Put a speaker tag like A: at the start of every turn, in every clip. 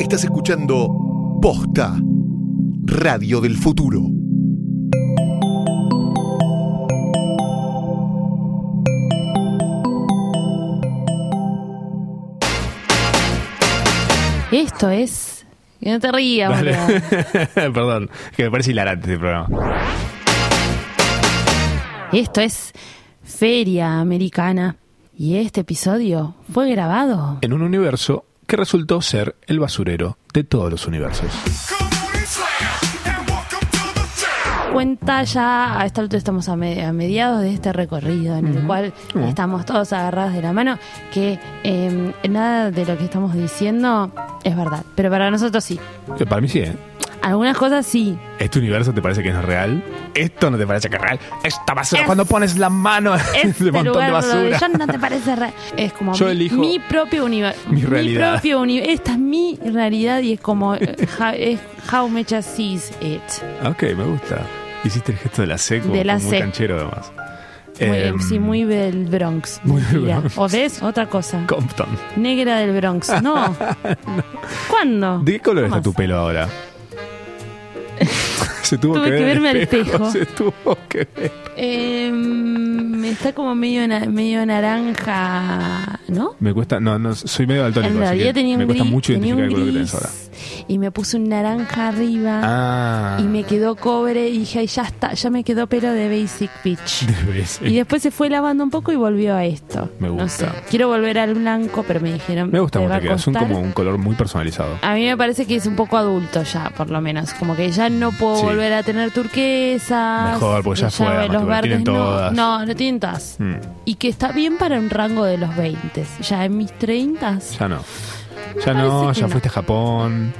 A: Estás escuchando Posta, Radio del Futuro.
B: Esto es. Que no te rías,
C: Dale.
B: boludo.
C: Perdón, que me parece hilarante este programa.
B: Esto es Feria Americana. Y este episodio fue grabado.
C: En un universo que resultó ser el basurero de todos los universos.
B: Cuenta ya, a esta altura estamos a, me- a mediados de este recorrido en el cual
C: Ujú.
B: estamos todos agarrados de la mano, que eh, nada de lo que estamos diciendo es verdad, pero para nosotros sí.
C: Que para mí sí, ¿eh?
B: Algunas cosas sí,
C: ¿Este universo te parece que no es real? ¿Esto no te parece que es real? Esta basura,
B: Es-
C: cuando pones la mano en
B: este
C: el montón
B: lugar
C: de
B: lo de
C: basura.
B: John no te parece real. Es como
C: Yo
B: mi,
C: elijo
B: mi propio universo.
C: mi realidad.
B: propio uni- Esta es mi realidad y es como eh, how, es how much I sees it.
C: Ah, Ok, me gusta. Hiciste el gesto de la C, como
B: De la
C: muy
B: C.
C: canchero además.
B: Muy,
C: Em,
B: sí, muy del Bronx.
C: muy del
B: Mira,
C: Bronx.
B: ¿O ves? Otra cosa.
C: Compton.
B: Negra del Bronx. No. ¿Cuándo?
C: ¿De qué color
B: ¿Cómo
C: está tu
B: hace?
C: pelo ahora? Se tuvo
B: Tuve que
C: ver en
B: verme al espejo.
C: Se tuvo que ver.
B: Em, está como medio, na- medio naranja, ¿no?
C: Me cuesta, no, no, soy medio daltónico.
B: en
C: así
B: realidad
C: que
B: tenía un
C: me cuesta
B: gris,
C: mucho
B: tenía
C: identificar
B: un
C: el color que tenés
B: gris
C: ahora.
B: y me puse un naranja arriba.
C: Ah.
B: Y me quedó cobre y dije, "Ay, ya está, ya me quedó pelo de Basic Beach.
C: Ves, eh,
B: Y después se fue lavando un poco y volvió a esto.
C: Me
B: No
C: gusta.
B: sé. Quiero volver al blanco, pero me dijeron.
C: Me gusta
B: "Te
C: cómo
B: va
C: te
B: a
C: queda. Son
B: costar".
C: como un color muy personalizado.
B: A mí me parece que es un poco adulto ya, por lo menos. Como que ya no puedo
C: Sí.
B: volver a tener turquesas.
C: Mejor, porque ya fue, además,
B: Los
C: tipo,
B: verdes
C: tienen
B: no.
C: todas.
B: No, no tienen todas.
C: Mm,
B: Y que está bien para un rango de los 20. Ya en mis 30
C: ya no. Ya no,
B: parece que
C: ya
B: no.
C: fuiste a Japón.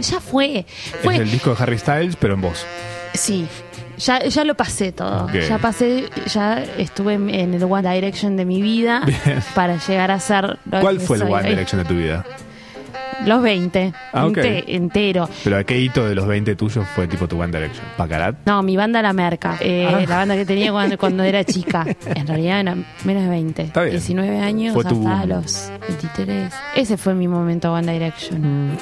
B: ya fue. Fue
C: Es el disco de Harry Styles, pero en voz.
B: Sí. Ya, ya lo pasé todo.
C: Ok.
B: Ya pasé, ya estuve en, en el One Direction de mi vida
C: Bien.
B: para llegar a ser lo
C: ¿Cuál
B: que
C: fue el
B: soy
C: One
B: hoy.
C: Direction de tu vida?
B: Los 20.
C: Ah, ok.
B: Ente- entero.
C: Pero ¿a qué hito de los 20 tuyos fue tipo tu One Direction? ¿Pacarat?
B: No, mi banda La Merca. eh,
C: Ah.
B: La banda que tenía cuando, cuando era chica. En realidad eran menos de 20.
C: Está bien.
B: 19 años
C: Fue
B: hasta
C: tu boom.
B: los 23. Ese fue mi momento One Direction.
C: Mm,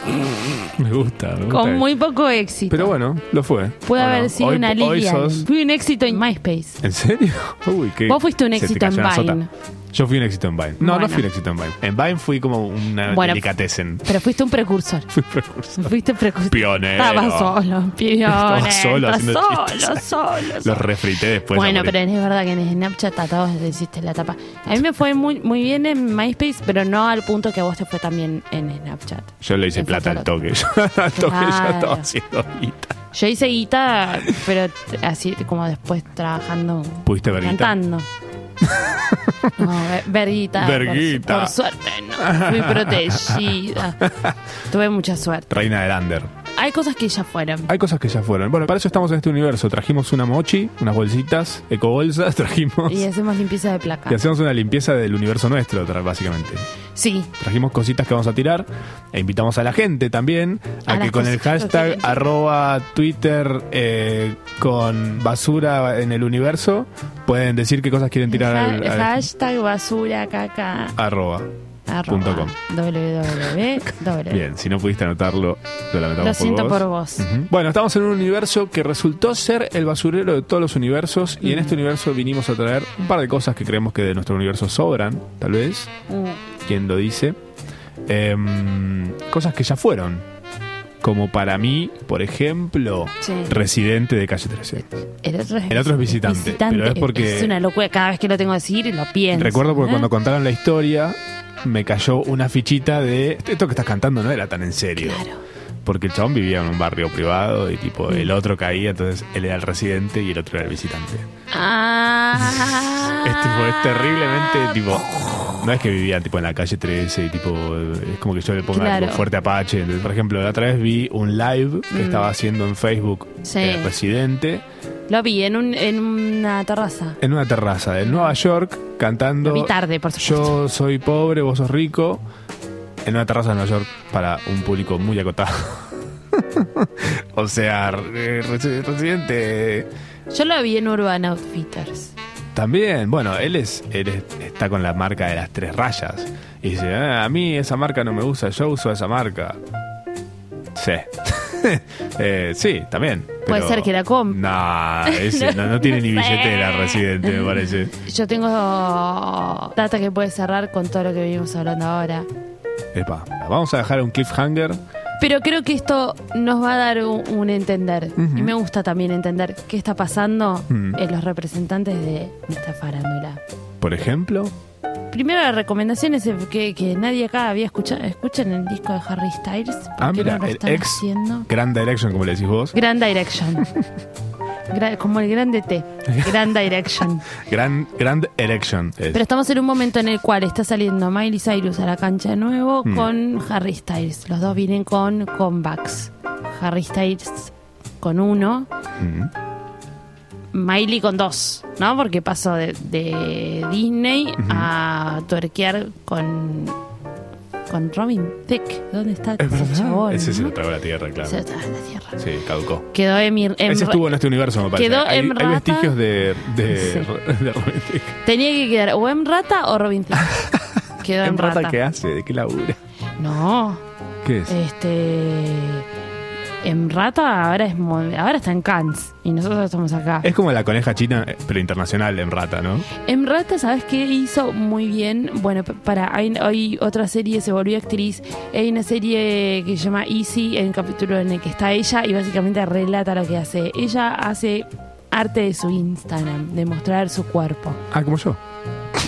C: Me gusta, me gusta.
B: Con muy poco éxito.
C: Pero bueno, lo fue.
B: Puede
C: ¿O no?
B: haber sido
C: Hoy-
B: una
C: Hoy
B: Lily
C: sos...
B: Allen. Fui un éxito en MySpace.
C: ¿En serio? Uy, qué...
B: Vos fuiste un
C: se te
B: éxito en
C: cayó la sota.
B: Vine.
C: Yo fui un éxito en Vine. No,
B: Bueno.
C: no fui un éxito en Vine. En Vine fui como una
B: Bueno.
C: delicatessen.
B: Pero fuiste un precursor.
C: Fui precursor.
B: Fuiste precursor.
C: Pionero.
B: Estaba solo, pionero.
C: Estaba solo haciendo
B: solo, solo,
C: chistes.
B: solo.
C: Los refrité después.
B: bueno,
C: a morir.
B: pero es verdad que en Snapchat a todos les hiciste la tapa. A mí me fue muy, muy bien en MySpace, pero no al punto que a vos te fue también en Snapchat.
C: Yo le hice
B: en
C: plata al
B: Fotolog.
C: toque. Yo al toque ya
B: Claro.
C: estaba haciendo guita.
B: Yo hice guita, pero t- así como después trabajando,
C: ¿Pudiste ver guita?
B: cantando. No, ver- ver guita. por-
C: Verguita.
B: Por, suerte, no. Fui protegida. Tuve mucha suerte.
C: Reina del Under.
B: Hay cosas que ya fueron.
C: Hay cosas que ya fueron. Bueno, para eso estamos en este universo. Trajimos una mochi, unas bolsitas, ecobolsas, trajimos...
B: Y hacemos limpieza de placa.
C: Y hacemos una limpieza del universo nuestro, tra- básicamente.
B: Sí,
C: Trajimos cositas que vamos a tirar e invitamos a la gente también a,
B: A las
C: que con el
B: cositas,
C: hashtag
B: ok.
C: arroba Twitter eh, con basura en el universo pueden decir qué cosas quieren tirar al,
B: Ha-
C: al-
B: hashtag basura caca
C: arroba. Punto com.
B: www.
C: Bien, si no pudiste anotarlo, lo lamentamos
B: Lo
C: por
B: siento
C: vos.
B: por vos.
C: Ujú. Bueno, estamos en un universo que resultó ser el basurero de todos los universos y en este universo vinimos a traer un par de cosas que creemos que de nuestro universo sobran, tal vez,
B: Mm.
C: quien lo dice. Em, cosas que ya fueron. Como para mí, por ejemplo,
B: Sí.
C: residente de calle 13.
B: El otro es,
C: El otro es visitante, pero es porque-
B: Es una locura. Cada vez que lo tengo que decir, lo pienso.
C: Recuerdo porque
B: ¿eh?
C: cuando contaron la historia, me cayó una fichita de. Esto que estás cantando no era tan en serio.
B: Claro.
C: Porque el chabón vivía en un barrio privado y tipo el otro caía, entonces él era el residente y el otro era el visitante.
B: Ah.
C: Es, tipo, es terriblemente tipo. No es que vivían tipo en la calle 13 y tipo. Es como que yo le ponga
B: Claro.
C: tipo, fuerte Apache. Entonces, por ejemplo, la otra vez vi un live que
B: Mm.
C: estaba haciendo en Facebook
B: Sí.
C: eh, residente
B: Lo vi en, un, en una terraza.
C: en una terraza de Nueva York
B: Lo
C: cantando.
B: vi tarde, por supuesto.
C: Yo soy pobre, vos sos rico. En una terraza de Nueva York para un público muy acotado. o sea, eh, resi- residente.
B: Yo, lo vi en Urban Outfitters.
C: También, bueno, él es, él es- está con la marca de las tres rayas. Y dice, "Ah, a mí esa marca no me gusta, yo uso esa marca. Sí. Eh, sí, también.
B: Puede
C: pero-
B: ser que la compre.
C: Nah, ese- no, no tiene ni
B: No sé.
C: billetera residente, me parece.
B: Yo tengo data que puede cerrar con todo lo que venimos hablando ahora.
C: Epa, vamos a dejar un cliffhanger.
B: Pero creo que esto nos va a dar un, un entender. Y me gusta también entender qué está pasando
C: Mm.
B: en los representantes de esta farándula.
C: Por ejemplo,
B: Primero la recomendación es el que, que nadie acá había escuchado. Escuchen el disco de Harry Styles. ¿Por
C: Ah,
B: qué
C: mira,
B: no lo
C: el
B: están
C: ex-
B: haciendo?
C: Grand Direction, como le decís vos.
B: Grand Direction. Gra- como el grande T. Grand Direction.
C: Grand, Grand Erection. es.
B: Pero estamos en un momento en el cual está saliendo Miley Cyrus a la cancha de nuevo
C: Mm.
B: con Harry Styles. Los dos vienen con comebacks. Harry Styles con uno,
C: Mm.
B: Miley con dos, ¿no? Porque pasó de, de Disney a tuerquear con, con Robin Thicke. ¿Dónde está
C: Es
B: ese
C: verdad.
B: chabón?
C: Ese se
B: no?
C: lo tragó la tierra, claro.
B: Se lo tragó la tierra.
C: Sí, caducó.
B: Quedó Emir. Em-
C: Ese estuvo en este universo, me parece.
B: Quedó
C: hay,
B: en
C: hay
B: rata.
C: vestigios de, de,
B: Sí.
C: de Robin Thicke.
B: Tenía que quedar o en rata o Robin Thicke. Quedó en
C: ¿En Em rata
B: rata.
C: qué hace? ¿De qué labura?
B: No.
C: ¿Qué es?
B: Este. En Rata ahora es mo- ahora está en Cannes y nosotros estamos acá.
C: Es como la coneja china, eh, pero internacional en rata, ¿no?
B: En Rata, ¿sabes qué hizo muy bien? Bueno, p- para hay, hay otra serie, se volvió actriz. Hay una serie que se llama Easy, hay un capítulo en el que está ella y básicamente relata lo que hace. Ella hace arte de su Instagram, de mostrar su cuerpo.
C: Ah, como yo.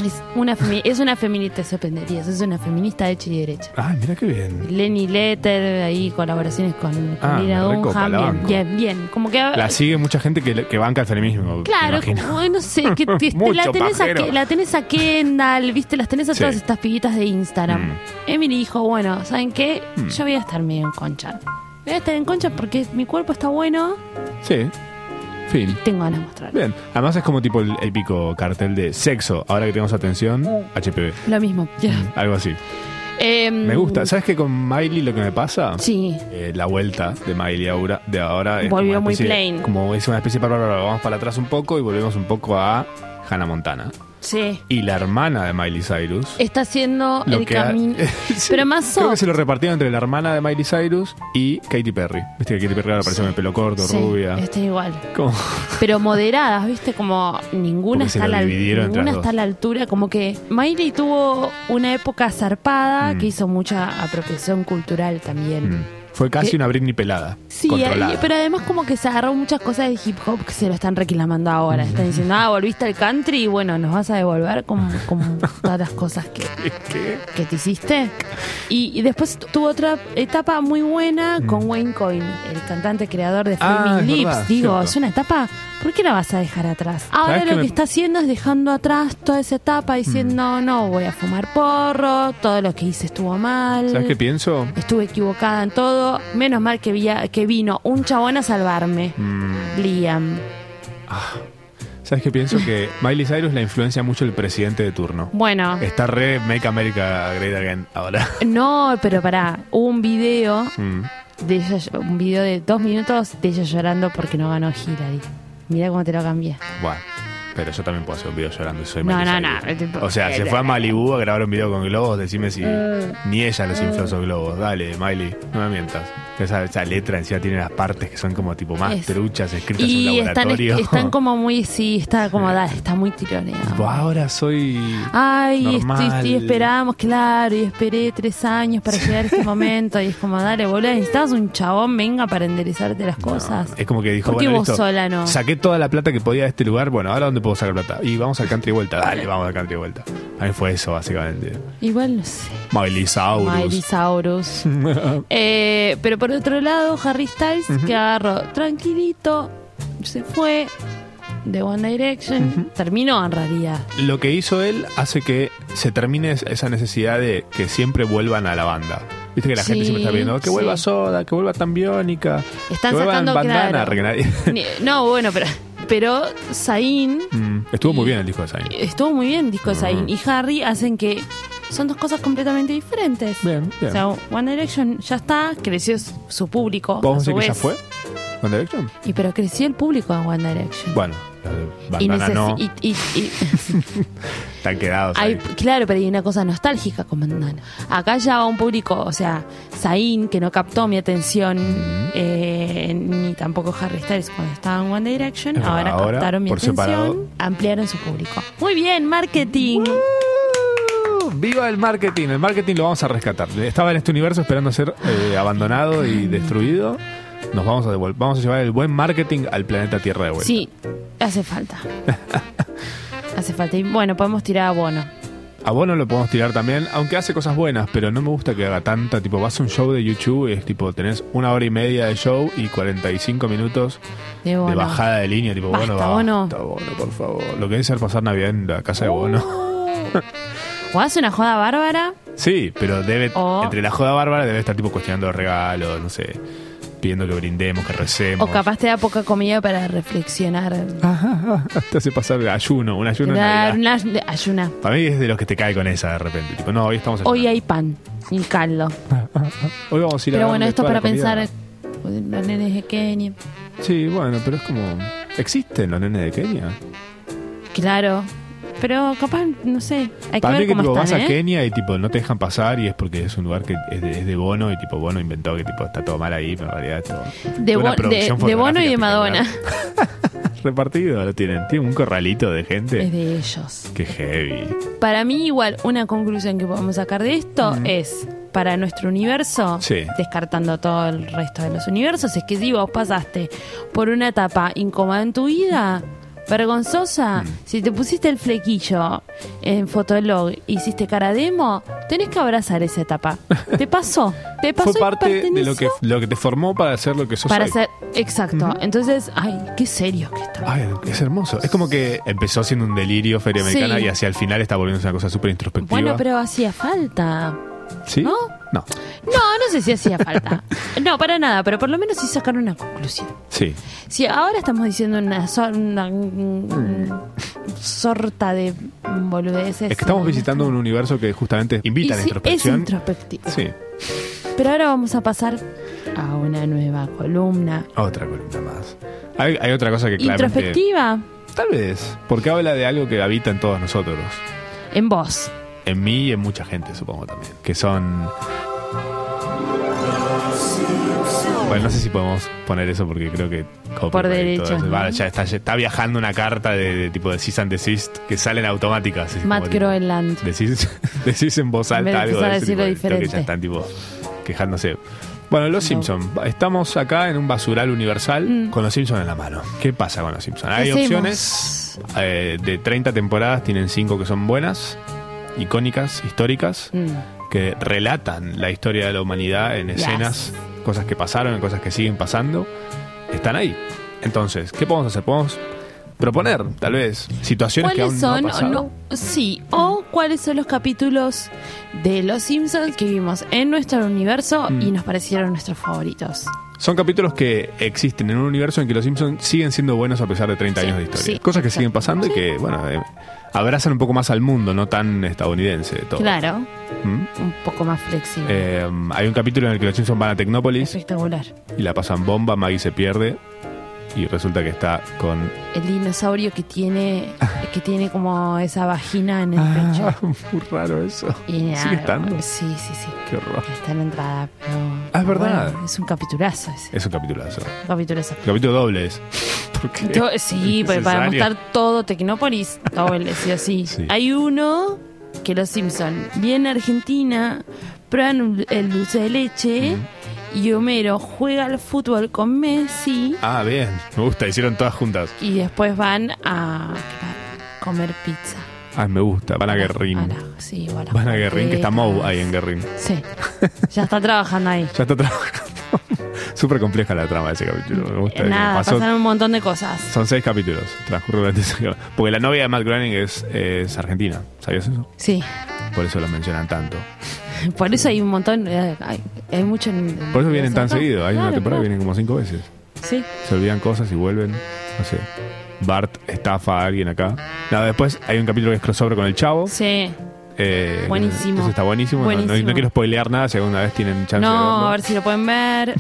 B: Es una, femi- es una feminista, te sorprenderías, es una feminista hecha y derecha.
C: Ay, Ah, mira qué bien.
B: Lenny Letter, ahí colaboraciones con, con
C: Ah,
B: Lina
C: me recopa,
B: Dunham.
C: la
B: Bien,
C: banco.
B: bien, bien. Como que.
C: La sigue mucha gente que, le- que banca el feminismo. me
B: Claro,
C: imagino.
B: como, no sé, que te- te- la,
C: Mucho
B: tenés a,
C: pajero.
B: Ke- la tenés a Kendall, viste, las tenés a
C: Sí.
B: todas estas pibitas de Instagram.
C: Mm.
B: Emily dijo, bueno, ¿saben qué? Yo voy a estar medio en concha. Voy a estar en concha porque mi cuerpo está bueno,
C: Sí. Fin.
B: tengo ganas de mostrarlo.
C: Bien. Además es como tipo el épico cartel de sexo. Ahora que tenemos atención,
B: Mm.
C: HPV.
B: Lo mismo.
C: Algo así.
B: Em,
C: Mm. Me gusta. ¿Sabes que con Miley lo que me pasa?
B: Sí,
C: Eh, la vuelta de Miley ahora, de ahora es
B: Volvió
C: como una
B: muy
C: especie-
B: plain.
C: Como es una especie para, para- para- vamos para atrás un poco y volvemos un poco a Hannah Montana.
B: sí.
C: Y la hermana de Miley Cyrus.
B: Está haciendo
C: lo
B: el
C: que ha-
B: camino.
C: Sí,
B: Pero más
C: Creo que
B: soft.
C: se lo repartieron entre la hermana de Miley Cyrus y Katy Perry. Viste que Katy Perry ahora apareció con el pelo corto,
B: Sí,
C: rubia.
B: Está igual.
C: Como-
B: pero moderadas, ¿viste? Como ninguna
C: Porque se
B: está, a
C: lo
B: la,
C: dividieron entre
B: ninguna
C: las
B: está a la altura. Como que Miley tuvo una época zarpada
C: Mm.
B: que hizo mucha apropiación cultural también.
C: Mm. Fue casi
B: Que-
C: una Britney pelada.
B: Eh, Sí,
C: controlada.
B: y- pero además como que se agarró muchas cosas del hip hop que se lo están reclamando ahora.
C: Mm.
B: Están diciendo, ah, volviste al country y bueno, nos vas a devolver con, con todas las cosas que,
C: ¿Qué?
B: que te hiciste. Y, y después tu- tuvo otra etapa muy buena con Wayne Coyne, el cantante creador de
C: Mm. Ah,
B: Flaming
C: es
B: Lips.
C: verdad,
B: Digo,
C: cierto.
B: es una etapa, ¿por qué la vas a dejar atrás? Ahora
C: ¿Sabes
B: lo
C: que
B: que,
C: me- Mm.
B: está haciendo es dejando atrás toda esa etapa diciendo, no, voy a fumar porro, todo lo que hice estuvo mal.
C: ¿Sabes qué pienso?
B: Estuve equivocada en todo, menos mal que, vi a- que vino un chabón a salvarme,
C: Mm,
B: Liam.
C: ¿Sabes qué pienso? Que Miley Cyrus la influencia mucho el presidente de turno.
B: Bueno,
C: Está re Make America Great Again ahora.
B: no, pero pará, hubo un video
C: Mm.
B: de ella, un video de dos minutos de ella llorando porque no ganó Hillary. Mira cómo te lo cambié.
C: Bueno, pero yo también puedo hacer un video llorando y soy
B: No,
C: Miley
B: no,
C: Cyrus.
B: no, tipo-
C: O sea, se fue a Malibu a grabar un video con globos, decime si
B: Mm.
C: ni ella los infló esos globos. Dale, Miley, no me mientas. Esa, esa letra encima tiene las partes que son como tipo más
B: Es-
C: truchas escritas en un
B: Y están,
C: laboratorio.
B: están como muy, sí, está como,
C: Sí.
B: da- está muy tironeado.
C: Tipo, ahora soy...
B: Ay, estoy,
C: Normal.
B: estoy- esperamos, claro, y esperé tres años para llegar a este momento. Y es como, dale, boludo, necesitabas un chabón, venga para enderezarte las cosas.
C: Es como que dijo,
B: Ah, ¿Por qué
C: bueno,
B: vos
C: listo,
B: sola no?
C: saqué toda la plata que podía de este lugar, bueno, ahora dónde puedo sacar plata. Y vamos al country vuelta, dale, vamos al country vuelta. A mí fue eso, básicamente.
B: Igual no sé.
C: Miley Cyrus.
B: Miley Cyrus. Eh, pero por otro lado, Harry Styles, que agarró tranquilito, se fue de One Direction. Terminó en realidad.
C: lo que hizo él hace que se termine es- esa necesidad de que siempre vuelvan a la banda. Viste que la gente
B: Sí,
C: siempre está pidiendo que
B: sí.
C: vuelva Soda, que vuelva Tambiónica,
B: Están
C: que vuelvan
B: sacando,
C: Bandana.
B: claro.
C: re que nadie-
B: Ni- No, bueno, pero, pero Zayn
C: Mm, Estuvo muy
B: Y-
C: bien el disco de Zayn.
B: estuvo muy bien el disco de Zayn
C: Ujú.
B: y Harry hacen que son dos cosas completamente diferentes.
C: Bien,
B: O
C: bien.
B: sea, One Direction ya está, creció su- su público. a
C: ¿Podemos
B: su
C: decir que ya
B: vez.
C: fue? ¿One Direction?
B: Y pero creció el público en One Direction.
C: Bueno, la de
B: Y necesi-
C: Bandana no.
B: y- y- y-
C: Están quedados.
B: Hay-
C: ahí.
B: claro, pero hay una cosa nostálgica con Bandana. Acá ya va un público, o sea, Zayn, que no captó mi atención, eh, ni tampoco Harry Styles cuando estaba en One Direction,
C: Es
B: ahora,
C: verdad, ahora,
B: captaron mi
C: por
B: atención,
C: separado.
B: ampliaron su público. Muy bien, marketing.
C: ¡Uh! Viva el marketing, el marketing lo vamos a rescatar. Estaba en este universo esperando ser eh, abandonado y destruido. Nos vamos a devolver, vamos a llevar el buen marketing al planeta Tierra de vuelta.
B: Sí, hace falta. hace falta. Y bueno, podemos tirar abono.
C: A Bono lo podemos tirar también, aunque hace cosas buenas, pero no me gusta que haga tanta. Tipo, vas a un show de YouTube y es tipo, tenés una hora y media de show y 45 minutos
B: De bono.
C: de bajada de línea. Tipo,
B: Basta,
C: bueno, va,
B: Bono. Uh.
C: Bono, por favor. Lo que es hacer pasar Navidad en la casa de Bono.
B: O hace una joda bárbara.
C: Sí, pero debe,
B: O-
C: entre la joda bárbara debe estar tipo cuestionando regalos, no sé, pidiendo que brindemos, que recemos.
B: O capaz te da poca comida para reflexionar.
C: Te hace pasar el ayuno, un ayuno en
B: Dar
C: Ah. Navidad.
B: una ayuna.
C: Para mí es de los que te cae con esa de repente. Tipo, no, hoy estamos
B: Hoy
C: ayunando.
B: hay pan y caldo.
C: Hoy vamos a ir a
B: Pero bueno,
C: darle
B: esto
C: toda
B: para
C: la comida.
B: pensar en los nenes de Kenia.
C: Sí, bueno, pero es como. ¿Existen los nenes de Kenia?
B: Claro. Pero capaz, no sé, hay que
C: Para mí
B: ver
C: que
B: cómo
C: tipo, vas
B: están,
C: a
B: ¿eh?
C: Kenia y tipo no te dejan pasar y es porque es un lugar que es de, es de Bono y tipo Bono inventó que tipo está todo mal ahí, pero en realidad es todo-
B: De,
C: una
B: Bo-
C: producción
B: de- de Bono y de
C: fotográfica
B: Madonna.
C: espectacular. Repartido lo tienen. Tienen un corralito de gente.
B: Es de ellos.
C: Qué heavy.
B: Para mí, igual, una conclusión que podemos sacar de esto es. Para nuestro universo,
C: Sí.
B: descartando todo el resto de los universos, es que si vos pasaste por una etapa incómoda en tu vida, vergonzosa, si te pusiste el flequillo en Fotolog, hiciste cara demo, tenés que abrazar esa etapa. Te pasó, te pasó y
C: Fue parte de lo que,
B: perteneció
C: lo que te formó para ser lo que sos
B: para
C: hoy.
B: ser exacto. Entonces, ay, qué serio que está.
C: Ay, es hermoso. Es como que empezó siendo un delirio feria americana
B: Sí.
C: y hacia el final está volviéndose una cosa súper introspectiva.
B: Bueno, pero hacía falta.
C: ¿Sí?
B: ¿no?
C: No.
B: No, no sé si hacía falta. No, para nada, pero por lo menos sí sacaron una conclusión.
C: Sí.
B: Si ahora estamos diciendo una, so- una- un- sorta de boludeces.
C: Mm. Es que estamos
B: ¿no?
C: visitando un universo que justamente
B: Y
C: invita a la
B: sí, es
C: introspección.
B: introspectivo.
C: Sí,
B: Pero ahora vamos a pasar a una nueva columna.
C: otra columna más. Hay, hay otra cosa que claramente...
B: Introspectiva
C: Tal vez, porque habla de algo que habita en todos nosotros.
B: en voz.
C: En mí y en mucha gente, supongo también. Que son... Bueno, no sé si podemos poner eso porque creo que... copyright
B: Por
C: y todo
B: derechos,
C: eso. Va,
B: ¿no?
C: ya está, ya está viajando una carta de, de tipo de cease and desist que salen automáticas. así
B: Matt
C: como tipo,
B: Groenland.
C: Decís, decís en voz
B: En vez de
C: alta algo
B: empezar a
C: de ese
B: decirlo
C: tipo, creo que
B: diferente.
C: ya están tipo quejándose. Bueno, los
B: No.
C: Simpson. Estamos acá en un basural universal
B: Mm.
C: con los Simpson en la mano. ¿Qué pasa con los Simpson? Hay
B: Hacemos-
C: opciones eh, de 30 temporadas, tienen 5 que son buenas, icónicas, históricas,
B: Mm.
C: que relatan la historia de la humanidad en escenas, cosas que pasaron, cosas que siguen pasando, están ahí. Entonces, ¿qué podemos hacer? Podemos proponer, tal vez, situaciones que aún
B: ¿Cuáles son?
C: no han pasado.
B: no, sí, o cuáles son los capítulos de Los Simpsons que vimos en nuestro universo
C: Mm.
B: y nos parecieron nuestros favoritos.
C: Son capítulos que existen en un universo en que los Simpsons siguen siendo buenos a pesar de 30
B: Sí,
C: años de historia.
B: sí,
C: Cosas que
B: exacto.
C: siguen pasando
B: Sí.
C: y que, bueno, eh, abrazan un poco más al mundo, no tan estadounidense todo.
B: Claro,
C: ¿Mm?
B: un poco más flexible.
C: Eh, hay un capítulo en el que los Simpsons van a Tecnópolis
B: Espectacular.
C: y la pasan bomba, Maggie se pierde y resulta que está con...
B: El dinosaurio que tiene que tiene como esa vagina en el
C: Ah,
B: pecho.
C: muy raro eso.
B: Y nada,
C: ¿Sigue estando?
B: Sí, sí, sí.
C: Qué horror.
B: Está en la entrada, pero.
C: Ah, es
B: pero
C: verdad. Eh.
B: bueno, es un capitulazo ese.
C: Es un capitulazo.
B: Un capitulazo.
C: Capítulo doble es. ¿Por qué?
B: To- sí, porque para
C: Necesario.
B: mostrar todo Tecnópolis, todo el sí o sí.
C: Sí.
B: Hay uno que los Simpson viene a Argentina, prueban un- el dulce de leche y Homero juega al fútbol con Messi
C: Ah, bien. Me gusta, hicieron todas juntas.
B: y después van a comer pizza.
C: Ah, me gusta. Van a Guerrín.
B: A la- sí, a la
C: Van a Guerrín, que está Moe ahí en Guerrín.
B: Sí, ya está trabajando ahí.
C: Ya está trabajando. Súper compleja la trama de ese capítulo. Me gusta.
B: Nada,
C: Pasó-
B: pasaron un montón de cosas.
C: son seis capítulos. Transcurre durante ese capítulo. Porque la novia de Matt Groening es, es argentina. ¿Sabías eso?
B: Sí,
C: Por eso lo mencionan tanto.
B: por eso hay un montón, eh, hay, hay mucho... en-
C: Por eso vienen tan seguido. Hay una
B: Claro,
C: temporada que
B: claro.
C: vienen como cinco veces.
B: Sí.
C: Se olvidan cosas y vuelven. No sé. Bart estafa a alguien acá. Nada, después hay un capítulo que es crossover con el chavo.
B: Sí,
C: Eh,
B: Buenísimo.
C: eso está buenísimo. No- No,
B: Buenísimo.
C: no quiero spoilear nada, si alguna vez tienen chance de verlo.
B: No, a ver si lo pueden ver.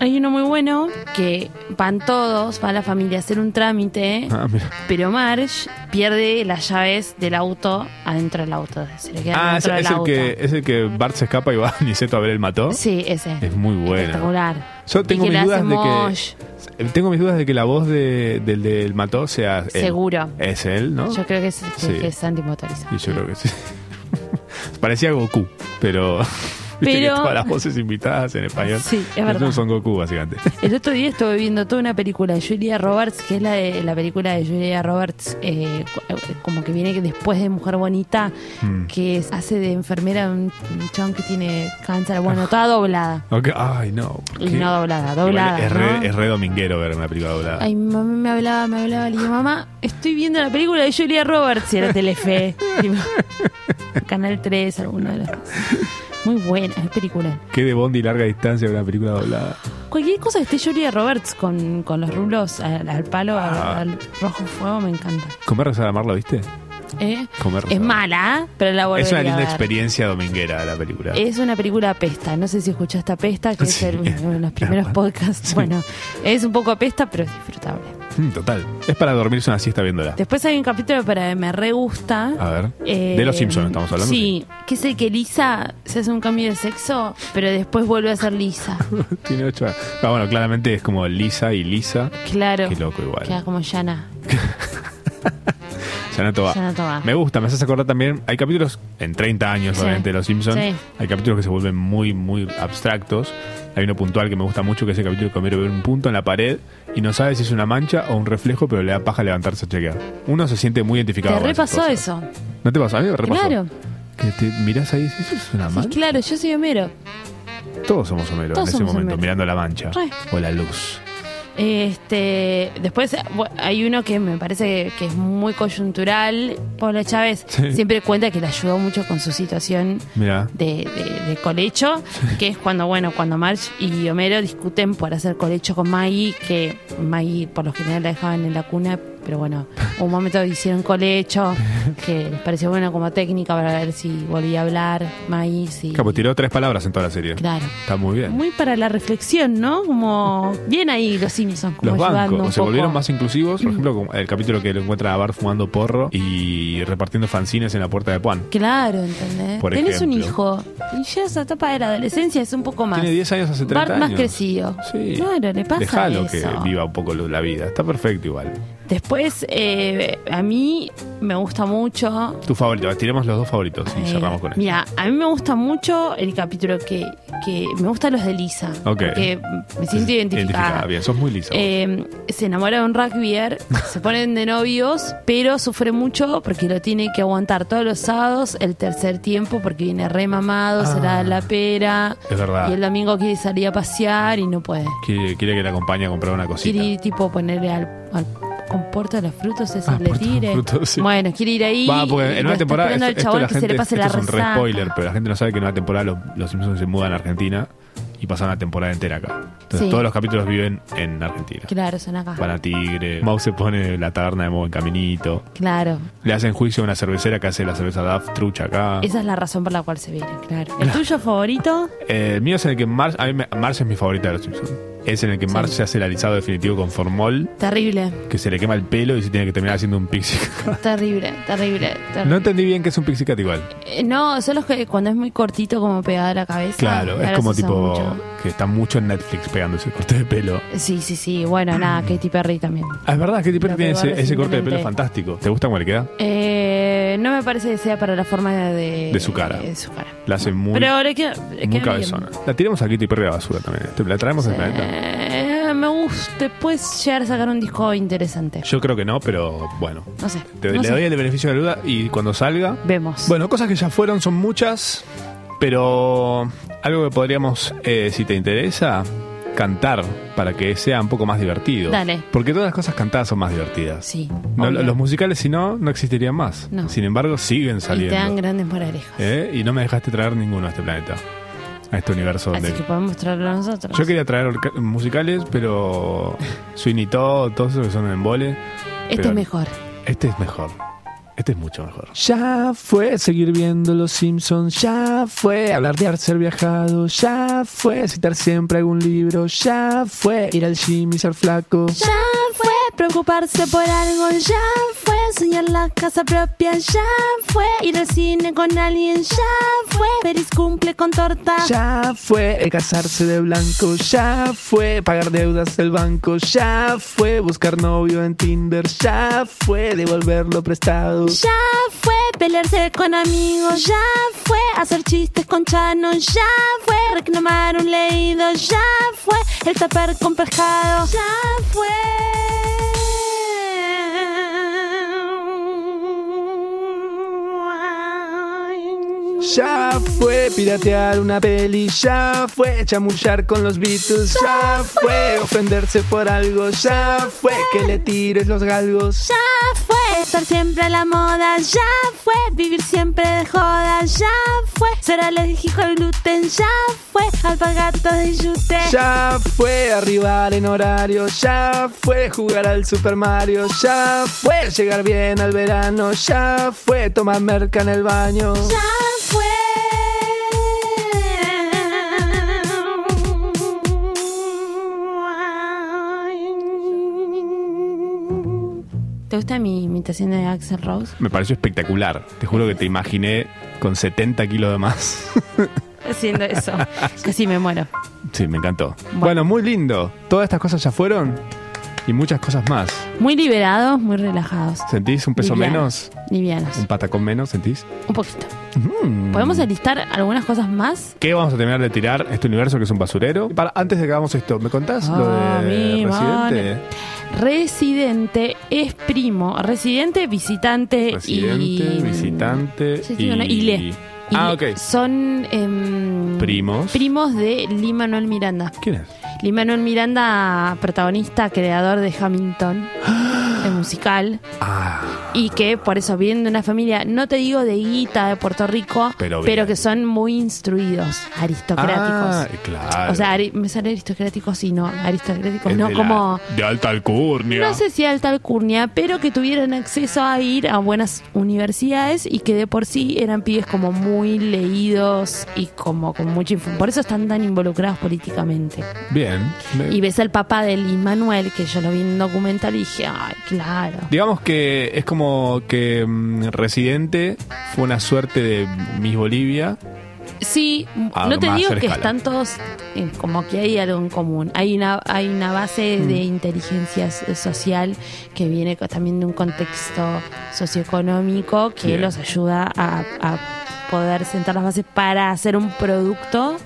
B: Hay uno muy bueno que van todos, va la familia a hacer un trámite,
C: Ah, mira.
B: pero Marge pierde las llaves del auto adentro del auto. Se le quedan
C: Ah, es,
B: adentro del
C: es el
B: auto.
C: que, es el que Bart se escapa y va a Niceto a ver el mató.
B: Sí, ese.
C: Es muy bueno.
B: Espectacular.
C: Yo
B: Y
C: tengo
B: que
C: mis
B: le hace
C: dudas de que.
B: mosh.
C: Tengo mis dudas de que la voz de- del del mató sea. él.
B: Seguro.
C: Es él, ¿no?
B: Yo creo que es, que,
C: Sí.
B: que es Sandy Motorizado.
C: Y yo creo que sí. Parecía Goku, pero. Viste que
B: Pero-
C: todas las voces invitadas en español.
B: Sí, es verdad.
C: No son Goku, básicamente.
B: El otro día estuve viendo toda una película de Julia Roberts, que es la, de, la película de Julia Roberts, eh, cu- eh, como que viene que después de Mujer Bonita,
C: Mm.
B: que es- hace de enfermera un, un chabón que tiene cáncer. Bueno, toda doblada.
C: Ok, Ay, no. ¿por
B: Y
C: Ah. qué?
B: no doblada,
C: Igual
B: doblada.
C: Es re,
B: ¿no?
C: es re dominguero ver una película doblada.
B: Ay, mi mamá me hablaba, me hablaba, le digo, mamá, estoy viendo la película de Julia Roberts y era Telefe. Tipo, Canal 3, alguno de los dos. Muy buena, es película.
C: Qué de bondi larga distancia ver una película doblada.
B: Cualquier cosa que esté Julia Roberts con, con los rulos al, al palo, al,
C: Ah.
B: al rojo fuego, me encanta.
C: Comer, rezar, amar, ¿la viste?
B: ¿Eh?
C: Comer, rezar,
B: Es
C: amar.
B: mala, pero la volvería
C: Es una linda
B: a ver.
C: experiencia dominguera la película.
B: Es una película apesta. No sé si escuchaste apesta, que
C: Sí. Ah.
B: es el- uno de los primeros podcasts. Bueno, es un poco apesta, pero es disfrutable.
C: Mm, total. Es para dormirse una siesta viéndola.
B: Después hay un capítulo para me re gusta.
C: A ver.
B: Eh,
C: Ah, de los Simpsons estamos hablando.
B: Sí, que es el que Lisa se hace un cambio de sexo, pero después vuelve a ser Lisa.
C: sí. Tiene ocho años. Ah, bueno, claramente es como Lisa y Lisa.
B: Claro.
C: Qué loco igual.
B: Queda como Yana.
C: Ya no te va.
B: Yana Tobá.
C: Me gusta, me haces acordar también. Hay capítulos en 30 años,
B: Sí.
C: obviamente, de Los Simpsons.
B: Sí.
C: Hay capítulos que se vuelven muy, muy abstractos. Hay uno puntual que me gusta mucho, que es el capítulo que Homero ve un punto en la pared y no sabe si es una mancha o un reflejo, pero le da paja levantarse a chequear. Uno se siente muy identificado.
B: Te
C: con esas
B: repasó
C: cosas.
B: eso.
C: ¿No te pasó? A mí me repasó.
B: Claro.
C: Que te mirás ahí y dices, eso es una
B: Sí,
C: mancha.
B: claro, yo soy Homero.
C: Todos somos Homero
B: Todos
C: en ese
B: somos
C: momento,
B: Homero.
C: mirando la mancha
B: Re.
C: o la luz.
B: Este, después bu- hay uno que me parece que es muy coyuntural. Pablo Chávez
C: Sí.
B: siempre cuenta que le ayudó mucho con su situación
C: Mira.
B: de, de- de colecho, que es cuando, bueno, cuando Marge y Homero discuten por hacer colecho con Maggie, que Maggie por lo general la dejaban en la cuna, pero bueno, un momento hicieron colecho, que les pareció bueno como técnica para ver si volvía a hablar Maggie, si...
C: Capo, tiró tres palabras en toda la serie.
B: Claro.
C: Está muy bien.
B: Muy para la reflexión, ¿no? Como bien ahí los Simpsons, como
C: Los
B: ayudando
C: bancos
B: un
C: o se
B: poco.
C: volvieron más inclusivos, por ejemplo, como el capítulo que lo encuentra a Bart fumando porro y repartiendo fanzines en la puerta de Juan.
B: Claro, ¿entendés?
C: Por
B: Tenés un
C: ejemplo.
B: hijo y ya esa etapa de la adolescencia es un poco más.
C: Tiene 10 años hace 30
B: Bart más
C: años.
B: crecido.
C: Sí.
B: Claro, le pasa
C: Dejalo
B: eso.
C: que viva un poco lo- la vida. Está perfecto igual.
B: Después, eh, a mí me gusta mucho.
C: Tu favorito. Tiremos los dos favoritos y
B: eh,
C: cerramos con eso.
B: Mira, a mí me gusta mucho el capítulo que, que me gustan los de Lisa.
C: Ok.
B: Porque me siento identificada.
C: Bien, sos muy lisa. vos.
B: Eh, se enamora de un rugbyer, se ponen de novios, pero sufre mucho porque lo tiene que aguantar todos los sábados, el tercer tiempo, porque viene re mamado, se la da la pera.
C: Ah. es verdad.
B: Y el domingo quiere salir a pasear y no puede.
C: Quiere, quiere que la acompañe a comprar una cosita.
B: Quiere ir tipo ponerle al, al con Puerto de los Frutos, es
C: Ah,
B: el de
C: Puerto de los
B: Tire.
C: Frutos, sí.
B: Bueno, quiere ir ahí.
C: Va,
B: y
C: porque en
B: lo
C: una
B: está
C: temporada.
B: esperando
C: Esto,
B: al
C: esto
B: chabón
C: la
B: que se
C: gente,
B: le pase la
C: esto es un re
B: resaca.
C: spoiler, pero la gente no sabe que en una temporada los, los Simpsons se mudan a Argentina y pasan la temporada entera acá. Entonces
B: Sí.
C: todos los capítulos viven en Argentina.
B: Claro, son acá.
C: Van a Tigre. Mau se pone la taberna de Mau en Caminito.
B: Claro.
C: Le hacen juicio a una cervecera que hace la cerveza DAF trucha acá.
B: Esa es la razón por la cual se viene, claro. ¿El tuyo favorito?
C: Eh, el mío es en el que Marge. A mí me- Marge es mi favorita de los Simpsons. Es en el que Marge se hace el alisado definitivo con formol,
B: Terrible,
C: que se le quema el pelo y se tiene que terminar haciendo un pixie.
B: terrible, terrible. terrible.
C: no entendí bien que es un pixie cat igual.
B: Eh, No, son los que cuando es muy cortito como pegado a la cabeza.
C: Claro, es
B: ahora
C: como
B: se usa
C: tipo
B: mucho.
C: que está mucho en Netflix pegándose corte de pelo.
B: Sí, sí, sí. Bueno, nada,
C: Mm.
B: Katy Perry también.
C: Ah, es verdad, Katy Perry
B: Lo
C: tiene
B: pegó
C: ese, ese corte de pelo
B: recientemente.
C: fantástico. ¿Te gusta cómo le queda?
B: Eh, no me parece que sea para la forma de...
C: De su cara.
B: De su cara.
C: La hace muy,
B: Pero le queda, le queda
C: muy
B: bien.
C: cabezona. La tiramos a Katy Perry a la basura también. Te- La traemos al planeta.
B: Eh, me gusta. Puedes llegar a sacar un disco interesante.
C: Yo creo que no, pero bueno.
B: No sé.
C: Te-
B: no
C: le
B: sé.
C: doy el beneficio de la duda y cuando salga.
B: Vemos.
C: Bueno, cosas que ya fueron son muchas, pero algo que podríamos, eh, si te interesa, cantar para que sea un poco más divertido.
B: Dale.
C: Porque todas las cosas cantadas son más divertidas.
B: Sí.
C: No,
B: obvio.
C: lo- los musicales, si no, no existirían más.
B: No.
C: Sin embargo, siguen
B: y te dan
C: saliendo.
B: grandes moralejas.
C: ¿Eh? Y no me dejaste traer ninguno a este planeta, a este universo donde.
B: Así que podemos traerlo nosotros.
C: Yo quería traer orca- musicales, pero Sweeney Todd, todos esos que son en embole.
B: este
C: pero
B: es mejor.
C: Este es mejor. Este es mucho mejor. Ya fue seguir viendo Los Simpsons, ya fue hablar de ser viajado, ya fue citar siempre algún libro, ya fue ir al gym y ser flaco.
D: Ya fue preocuparse por algo, ya fue soñar la casa propia, ya fue ir al cine con alguien, ya fue feliz cumple con torta.
C: Ya fue el casarse de blanco, ya fue pagar deudas del banco, ya fue buscar novio en Tinder, ya fue devolverlo prestado.
D: Ya fue pelearse con amigos, ya fue hacer chistes con chanos, ya fue reclamar un leído, ya fue el tapar con pescado, ya fue.
C: Ya fue piratear una peli, ya fue chamullar con los Beatles, ya fue ofenderse por algo, ya fue que le tires los galgos.
D: Ya fue estar siempre a la moda, ya fue vivir siempre de joda, ya fue ser alérgico al gluten, ya fue alpargatas de yute.
C: Ya fue arribar en horario, ya fue jugar al Super Mario, ya fue llegar bien al verano, ya fue tomar merca en el baño.
D: Ya fue.
B: ¿Te gusta mi imitación de Axel Rose?
C: Me pareció espectacular, te juro que te imaginé con 70 kilos de más.
B: Haciendo eso. Casi me muero.
C: Sí, me encantó. Bueno. muy lindo. Todas estas cosas ya fueron y muchas cosas más.
B: Muy liberados, muy relajados.
C: ¿Sentís un peso
B: Livianos,
C: menos? Mm.
B: Livianos.
C: ¿Un patacón menos? ¿Sentís? Hmm.
B: Un poquito. ¿Podemos
C: Mm.
B: enlistar algunas cosas más?
C: ¿Qué vamos a terminar de tirar este universo que es un basurero? Para, antes de que hagamos esto, ¿me contás lo
B: Ah,
C: de
B: mi
C: Residente?
B: Residente es primo. Residente, visitante
C: Residente,
B: Eh, y.
C: visitante
B: Sí, sí,
C: y...
B: bueno, y le. Y
C: Ah, ok.
B: Son. em,
C: Primos.
B: Primos de Lee Manuel Miranda.
C: ¿Quién es?
B: Lee Manuel Miranda, protagonista, creador de Hamilton, el musical.
C: Ah,
B: y que por eso vienen de una familia, no te digo de guita de Puerto Rico,
C: Pero
B: pero,
C: bien.
B: que son muy instruidos,
C: ah,
B: aristocráticos.
C: claro.
B: O sea, ari- me sale aristocráticos y no, aristocráticos
C: Es
B: no,
C: de la-
B: como,
C: de alta alcurnia.
B: no sé si alta alcurnia, pero que tuvieron acceso a ir a buenas universidades y que de por sí eran pibes como muy leídos y como con mucha información. Por eso están tan involucrados políticamente.
C: Bien. Me-
B: Y ves al papá de Lin Manuel, que yo lo vi en un documental y dije, ay, claro.
C: Digamos que es como que mm, Residente fue una suerte de Miss Bolivia.
B: Sí,
C: A
B: no te
C: mayor
B: digo que
C: escala.
B: están todos eh, como que hay algo en común. Hay una hay una base de
C: Mm.
B: inteligencia s- social que viene co- también de un contexto socioeconómico que
C: Bien.
B: los ayuda a, a poder sentar las bases para hacer un producto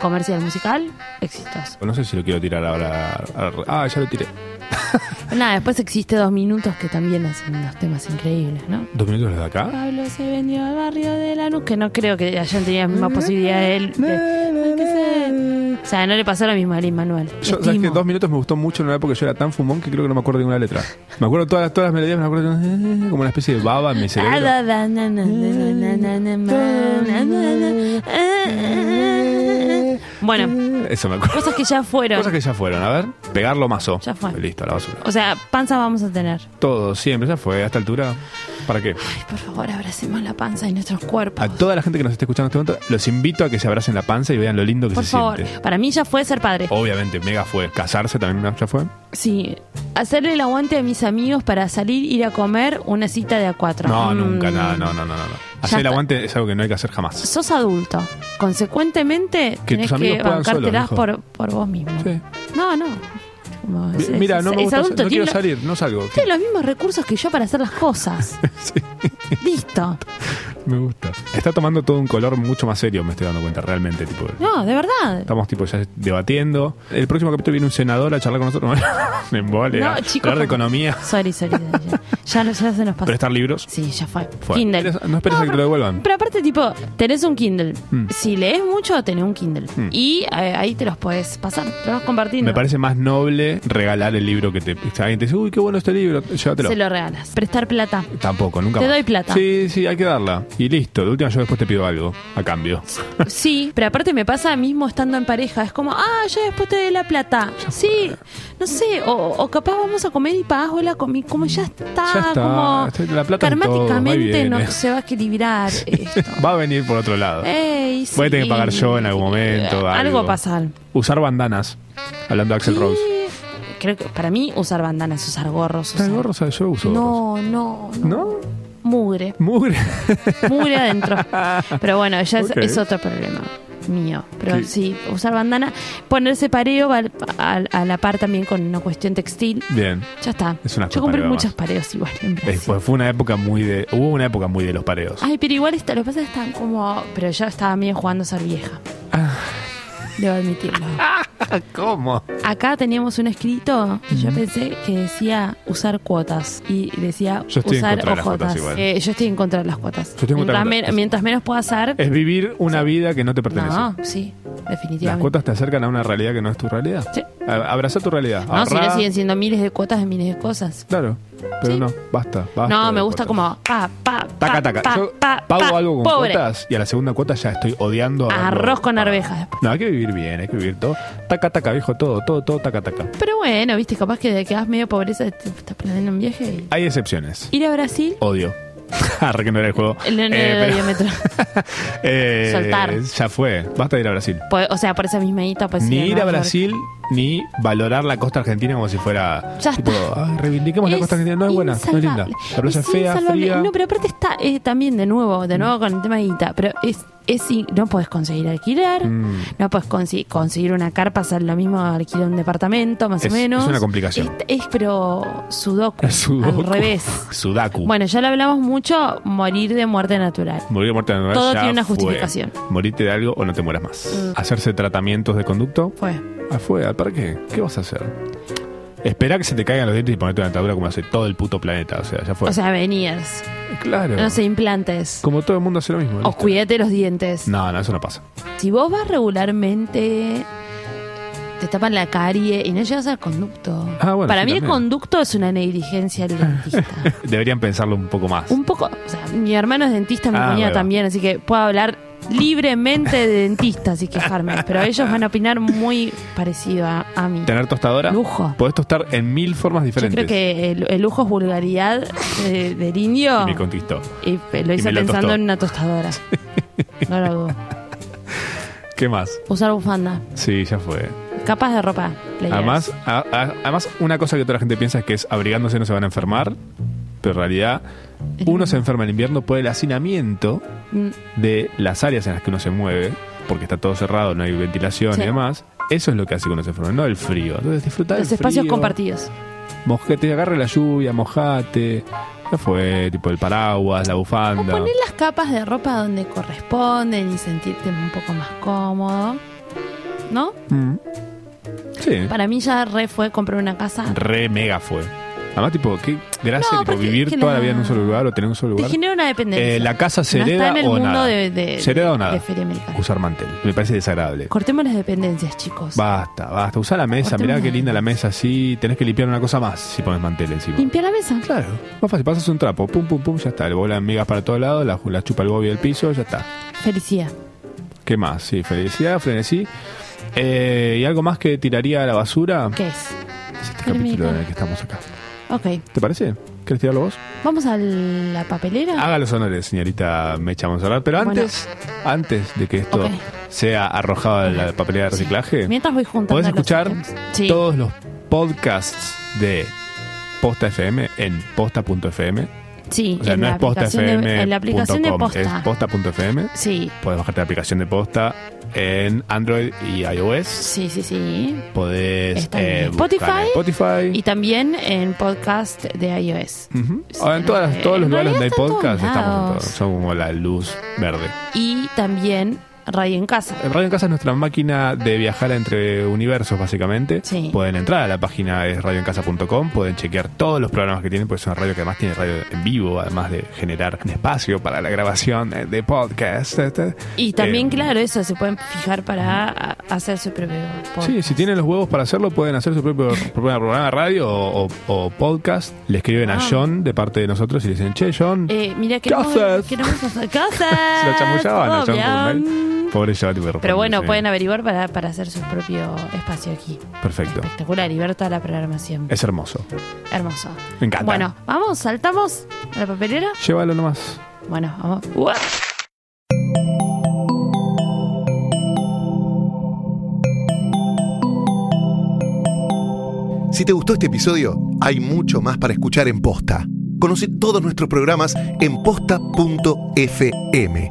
B: comercial musical exitoso.
C: No sé si lo quiero tirar ahora. a- a- Ah, ya lo tiré.
B: Nada, después existe dos minutos que también hacen unos temas increíbles, ¿no?
C: ¿Dos minutos desde acá?
B: Pablo se vendió al barrio de Lanús, que no creo que hayan tenido las mismas posibilidades de él. de- que se- O sea, no le pasó lo mismo a Lin Manuel.
C: Yo, ¿sabes
B: Estimo.
C: qué? Dos minutos me gustó mucho en una época que yo era tan fumón que creo que no me acuerdo de ninguna letra. Me acuerdo todas las, todas las melodías, me acuerdo eh, como una especie de baba en mi cerebro.
B: Ah, da, da, na, na, na, na, na, na, ma, na, na, na, ah, ah, ah. Bueno,
C: Eh, Eso me acuerdo.
B: cosas que ya fueron.
C: Cosas que ya fueron, a ver. Pegarlo mazo.
B: Ya fue.
C: Listo, a la basura.
B: O sea, panza vamos a tener.
C: Todo, siempre, ya fue. A esta altura, ¿para qué?
B: Ay, por favor, abracemos la panza y nuestros cuerpos.
C: A toda la gente que nos esté escuchando en este momento, los invito a que se abracen la panza y vean lo lindo que
B: Por
C: se
B: favor,
C: siente.
B: para mí ya fue ser padre.
C: Obviamente, mega fue. Casarse también ya fue.
B: Sí, hacerle el aguante a mis amigos para salir, ir a comer una cita de a cuatro.
C: No,
B: Mm.
C: nunca, no, no, no, no, no. Hacer el
B: está.
C: aguante es algo que no hay que hacer jamás.
B: Sos adulto. Consecuentemente,
C: Que
B: tenés
C: tus amigos
B: que
C: puedan
B: bancártelas
C: solos,
B: por, por vos mismo.
C: Sí.
B: No, no. Como es-
C: Mi-
B: es-
C: Mira, no
B: es-
C: me
B: es
C: gusta,
B: adulto,
C: no
B: tiene
C: quiero
B: lo-
C: salir, no salgo.
B: Tiene los mismos recursos que yo para hacer las cosas.
C: Sí,
B: Listo.
C: me gusta. Está tomando todo un color mucho más serio, me estoy dando cuenta, realmente. Tipo,
B: No, de verdad.
C: estamos tipo ya debatiendo. El próximo capítulo viene un senador a charlar con nosotros. me embole,
B: No,
C: a
B: chicos,
C: hablar de
B: por-
C: economía,
B: Sorry, sorry. Ya, ya, lo- ya se nos pasó.
C: prestar libros.
B: Sí, ya fue.
C: Fue.
B: Kindle.
C: No esperes a que te lo devuelvan.
B: Pero aparte, tipo, tenés un Kindle.
C: Mm.
B: Si lees mucho, tenés un Kindle.
C: Mm.
B: Y eh, ahí te los podés pasar, te los vas compartiendo.
C: Me parece más noble regalar el libro que te. si alguien te dice, uy, qué bueno este libro, llévatelo.
B: Se lo regalas. Prestar plata.
C: Tampoco, nunca
B: Te
C: más.
B: doy plata.
C: Sí, sí, hay que darla. Y listo, de última yo después te pido algo a cambio.
B: Sí, pero aparte me pasa mismo estando en pareja. Es como, ah, yo después te doy la plata. Sí, no sé, o, o capaz vamos a comer y pagás vos la comida. Como ya está,
C: Ya está,
B: como
C: está la plata en todo, va
B: karmáticamente
C: y viene.
B: no se va a equilibrar esto.
C: Va a venir por otro lado.
B: Ey,
C: Voy a
B: Eh,
C: tener
B: sí. Eh,
C: que pagar yo en algún momento.
B: Algo
C: Algo
B: va a pasar.
C: Usar bandanas. Hablando de Axel
B: Sí.
C: Rose.
B: Creo que para mí usar bandanas, usar gorros.
C: ¿Estás
B: usar-
C: gorro? O sea, yo uso gorros.
B: No, no, no.
C: ¿No?
B: Mugre,
C: Mugre.
B: mugre adentro. Pero bueno, ya es,
C: Ok.
B: es otro problema mío. Pero
C: Sí.
B: sí, usar bandana, ponerse pareo va al- al- a, la par también con una cuestión textil.
C: Bien.
B: Ya está.
C: Es una
B: Yo compré
C: comparada
B: muchos
C: más.
B: pareos igual en Brasil.
C: Después fue una época muy de. Hubo una época muy de los pareos.
B: Ay, pero igual está, lo que pasa es que están como. Pero yo estaba medio jugando a ser vieja.
C: Ah.
B: Debo admitirlo.
C: ¿Cómo?
B: Acá teníamos un escrito que yo pensé que decía usar cuotas y decía
C: Yo estoy en
B: usar
C: contra de las cuotas
B: ojotas.
C: igual.
B: Eh, yo estoy en contra de las cuotas.
C: Yo estoy en contra
B: mientras,
C: de las
B: men-
C: cuotas.
B: mientras menos pueda hacer.
C: Es vivir una vida que no te pertenece.
B: No, sí, definitivamente.
C: Las cuotas te acercan a una realidad que no es tu realidad.
B: Sí.
C: A- Abraza tu realidad.
B: No, si
C: Ahorrá.
B: no siguen siendo miles de cuotas de miles de cosas.
C: Claro, pero
B: Sí.
C: no, basta, basta.
B: no,
C: de
B: me gusta
C: cuotas.
B: como pa, pa, pa,
C: Taca, taca.
B: pa,
C: Yo
B: pa,
C: pago
B: pa,
C: algo con
B: pobre.
C: cuotas y a la segunda cuota ya estoy odiando. haberlo
B: Arroz con
C: pagado.
B: arvejas.
C: No, hay que vivir bien, hay que vivir todo. Taca, taca, viejo, todo, todo, todo, taca, taca.
B: Pero bueno, viste, capaz que de que das medio pobreza te estás planeando un viaje. y-
C: Hay excepciones.
B: Ir a Brasil,
C: Odio. Re que no era el juego.
B: el
C: Eh, pero-
B: diámetro.
C: Eh,
B: Soltar.
C: Ya fue, basta de ir a Brasil.
B: Po- Pues, O sea, por esa misma guita, pues
C: ni ir a
B: Nueva York.
C: Brasil, ni valorar la costa argentina como si fuera.
B: Ya
C: tipo,
B: está.
C: "Ay, reivindiquemos la
B: Es
C: costa argentina. No es buena, no es linda.
B: insalvable.
C: La playa
B: Es
C: es fea,
B: insalvable.
C: fría.
B: No, pero aparte está eh, también de nuevo, de nuevo con el tema de guita, pero es es in- no puedes conseguir alquilar,
C: Mm.
B: no puedes consi- conseguir una carpa, sale lo mismo alquilar un departamento, más
C: Es-
B: o menos.
C: es una complicación.
B: Es, es, pero sudoku,
C: Sudoku.
B: al revés.
C: Sudaku.
B: Bueno, ya lo hablamos mucho, morir de muerte natural.
C: Morir de muerte natural
B: Todo
C: ya
B: tiene una
C: fue.
B: justificación. Mm.
C: Morirte de algo o no te mueras más. Hacerse tratamientos de conducto.
B: Fue.
C: Afuera, ¿para qué? ¿Qué vas a hacer? Espera que se te caigan los dientes y ponerte una dentadura como hace todo el puto planeta. O sea, ya fue.
B: O sea, venías,
C: claro.
B: no sé, implantes.
C: Como todo el mundo hace lo mismo.
B: O
C: listo.
B: cuídate los dientes.
C: No, no, eso no pasa.
B: Si vos vas regularmente, te tapan la carie y no llegas al conducto.
C: Ah, bueno,
B: Para
C: sí,
B: mí el
C: también.
B: conducto es una negligencia del dentista.
C: Deberían pensarlo un poco más.
B: Un poco, o sea, mi hermano es dentista, mi
C: Ah, ahí
B: cuñada
C: va.
B: también, así que puedo hablar libremente de dentistas y quejarme, pero ellos van a opinar muy parecido a, a mí.
C: Tener tostadora.
B: Lujo.
C: Podés tostar en mil formas
B: Yo
C: diferentes.
B: creo que el, el lujo es vulgaridad eh, del indio
C: Y me conquistó.
B: y eh, lo
C: y
B: hice
C: me lo
B: pensando
C: tostó.
B: en una tostadora. No lo dudo.
C: ¿Qué más?
B: Usar bufanda,
C: Sí, ya fue.
B: capas de ropa. playeras.
C: Además, a- a- además, una cosa que toda la gente piensa es que es abrigándose no se van a enfermar, pero en realidad uno se Ah, enferma en invierno por el hacinamiento
B: Mm,
C: de las áreas en las que uno se mueve, porque está todo cerrado, no hay ventilación
B: Sí.
C: y demás. Eso es lo que hace que uno se enferme, no el frío. Entonces disfrutar
B: los espacios
C: compartidos.
B: compartidos.
C: Mojate, agarre la lluvia, mojate. Ya fue, tipo el paraguas, la
B: O
C: bufanda.
B: poner las capas de ropa donde corresponden y sentirte un poco más cómodo. ¿No?
C: Mm. Sí,
B: Para mí ya re fue comprar una casa.
C: re mega fue. Además, tipo, qué gracia
B: No,
C: tipo,
B: porque
C: vivir
B: es que
C: toda la...
B: la-
C: vida en un solo lugar o tener un solo
B: Te
C: lugar.
B: genera una dependencia.
C: Eh, la casa se
B: no
C: hereda
B: está en el
C: o
B: mundo
C: nada.
B: de, de-
C: ¿Se hereda o nada?
B: de Feria Americana.
C: Usar mantel. Me parece desagradable.
B: Cortemos las dependencias, chicos.
C: Basta, basta. Usá la mesa.
B: Cortemos
C: Mirá qué
B: la
C: linda la
B: mesa.
C: mesa así. Tenés que limpiar una cosa más si pones mantel encima.
B: Limpia la mesa.
C: Claro. Más fácil. Pasas un trapo. Pum, pum, pum. Ya está. Le volan migas para todos lados. La, la chupa el bobby del piso. Ya está.
B: Felicidad.
C: ¿Qué más? Sí, felicidad, frenesí. Eh, y algo más que tiraría a la basura.
B: ¿Qué es?
C: Es este
B: Feria
C: capítulo en
B: Americana.
C: el que estamos acá.
B: Ok.
C: ¿Te parece? ¿Querés tirarlo vos?
B: Vamos a la papelera.
C: Haga los honores, señorita Mecha Monserrat. Pero antes, antes de que esto
B: Ok.
C: sea arrojado a la papelera de reciclaje,
B: Mientras voy juntando.
C: podés
B: los
C: escuchar
B: ítems. Sí.
C: todos los podcasts de Posta FM en posta.fm.
B: Sí.
C: O sea,
B: en
C: no
B: la
C: es posta
B: aplicación de-
C: FM.
B: en la aplicación de
C: Es
B: posta.
C: posta.fm.
B: Sí.
C: Podés bajarte la aplicación de posta en Android y iOS.
B: Sí, sí, sí.
C: Podés eh,
B: Está en
C: buscar en Spotify.
B: Y también en podcast de iOS.
C: Ujú. Ahora, en todas las- todos los
B: En
C: lugares donde
B: realidad está
C: hay
B: en
C: podcast
B: todos
C: estamos en
B: lados.
C: todos. Son como la luz verde.
B: Y también Radio en Casa.
C: Radio en Casa es nuestra máquina de viajar entre universos, básicamente.
B: Sí.
C: Pueden entrar a la página es radioencasa.com, pueden chequear todos los programas que tienen, porque es una radio que además tiene radio en vivo, además de generar un espacio para la grabación eh, de podcast.
B: Y también,
C: Eh,
B: claro, eso, se pueden fijar para a- hacer su propio podcast.
C: Sí, si tienen los huevos para hacerlo, pueden hacer su propio, propio programa de radio o, o- o podcast. Le escriben a
B: Ah.
C: John de parte de nosotros y le dicen, che, John,
B: Eh, mira,
C: ¿Qué
B: queremos,
C: haces?
B: queremos hacer
C: se lo
B: cosas.
C: chamullaban a John
B: obvio.
C: Gurmel. Pobre John Gurmel,
B: Pero bueno,
C: sí.
B: pueden averiguar para, para hacer su propio espacio aquí.
C: Perfecto.
B: Espectacular y ver toda la programación.
C: Es hermoso.
B: Hermoso.
C: Me encanta.
B: Bueno, vamos, saltamos a la papelera.
C: Llévalo nomás.
B: Bueno, vamos. Uah.
A: Si te gustó este episodio, hay mucho más para escuchar en Posta. Conoce todos nuestros programas en posta.fm.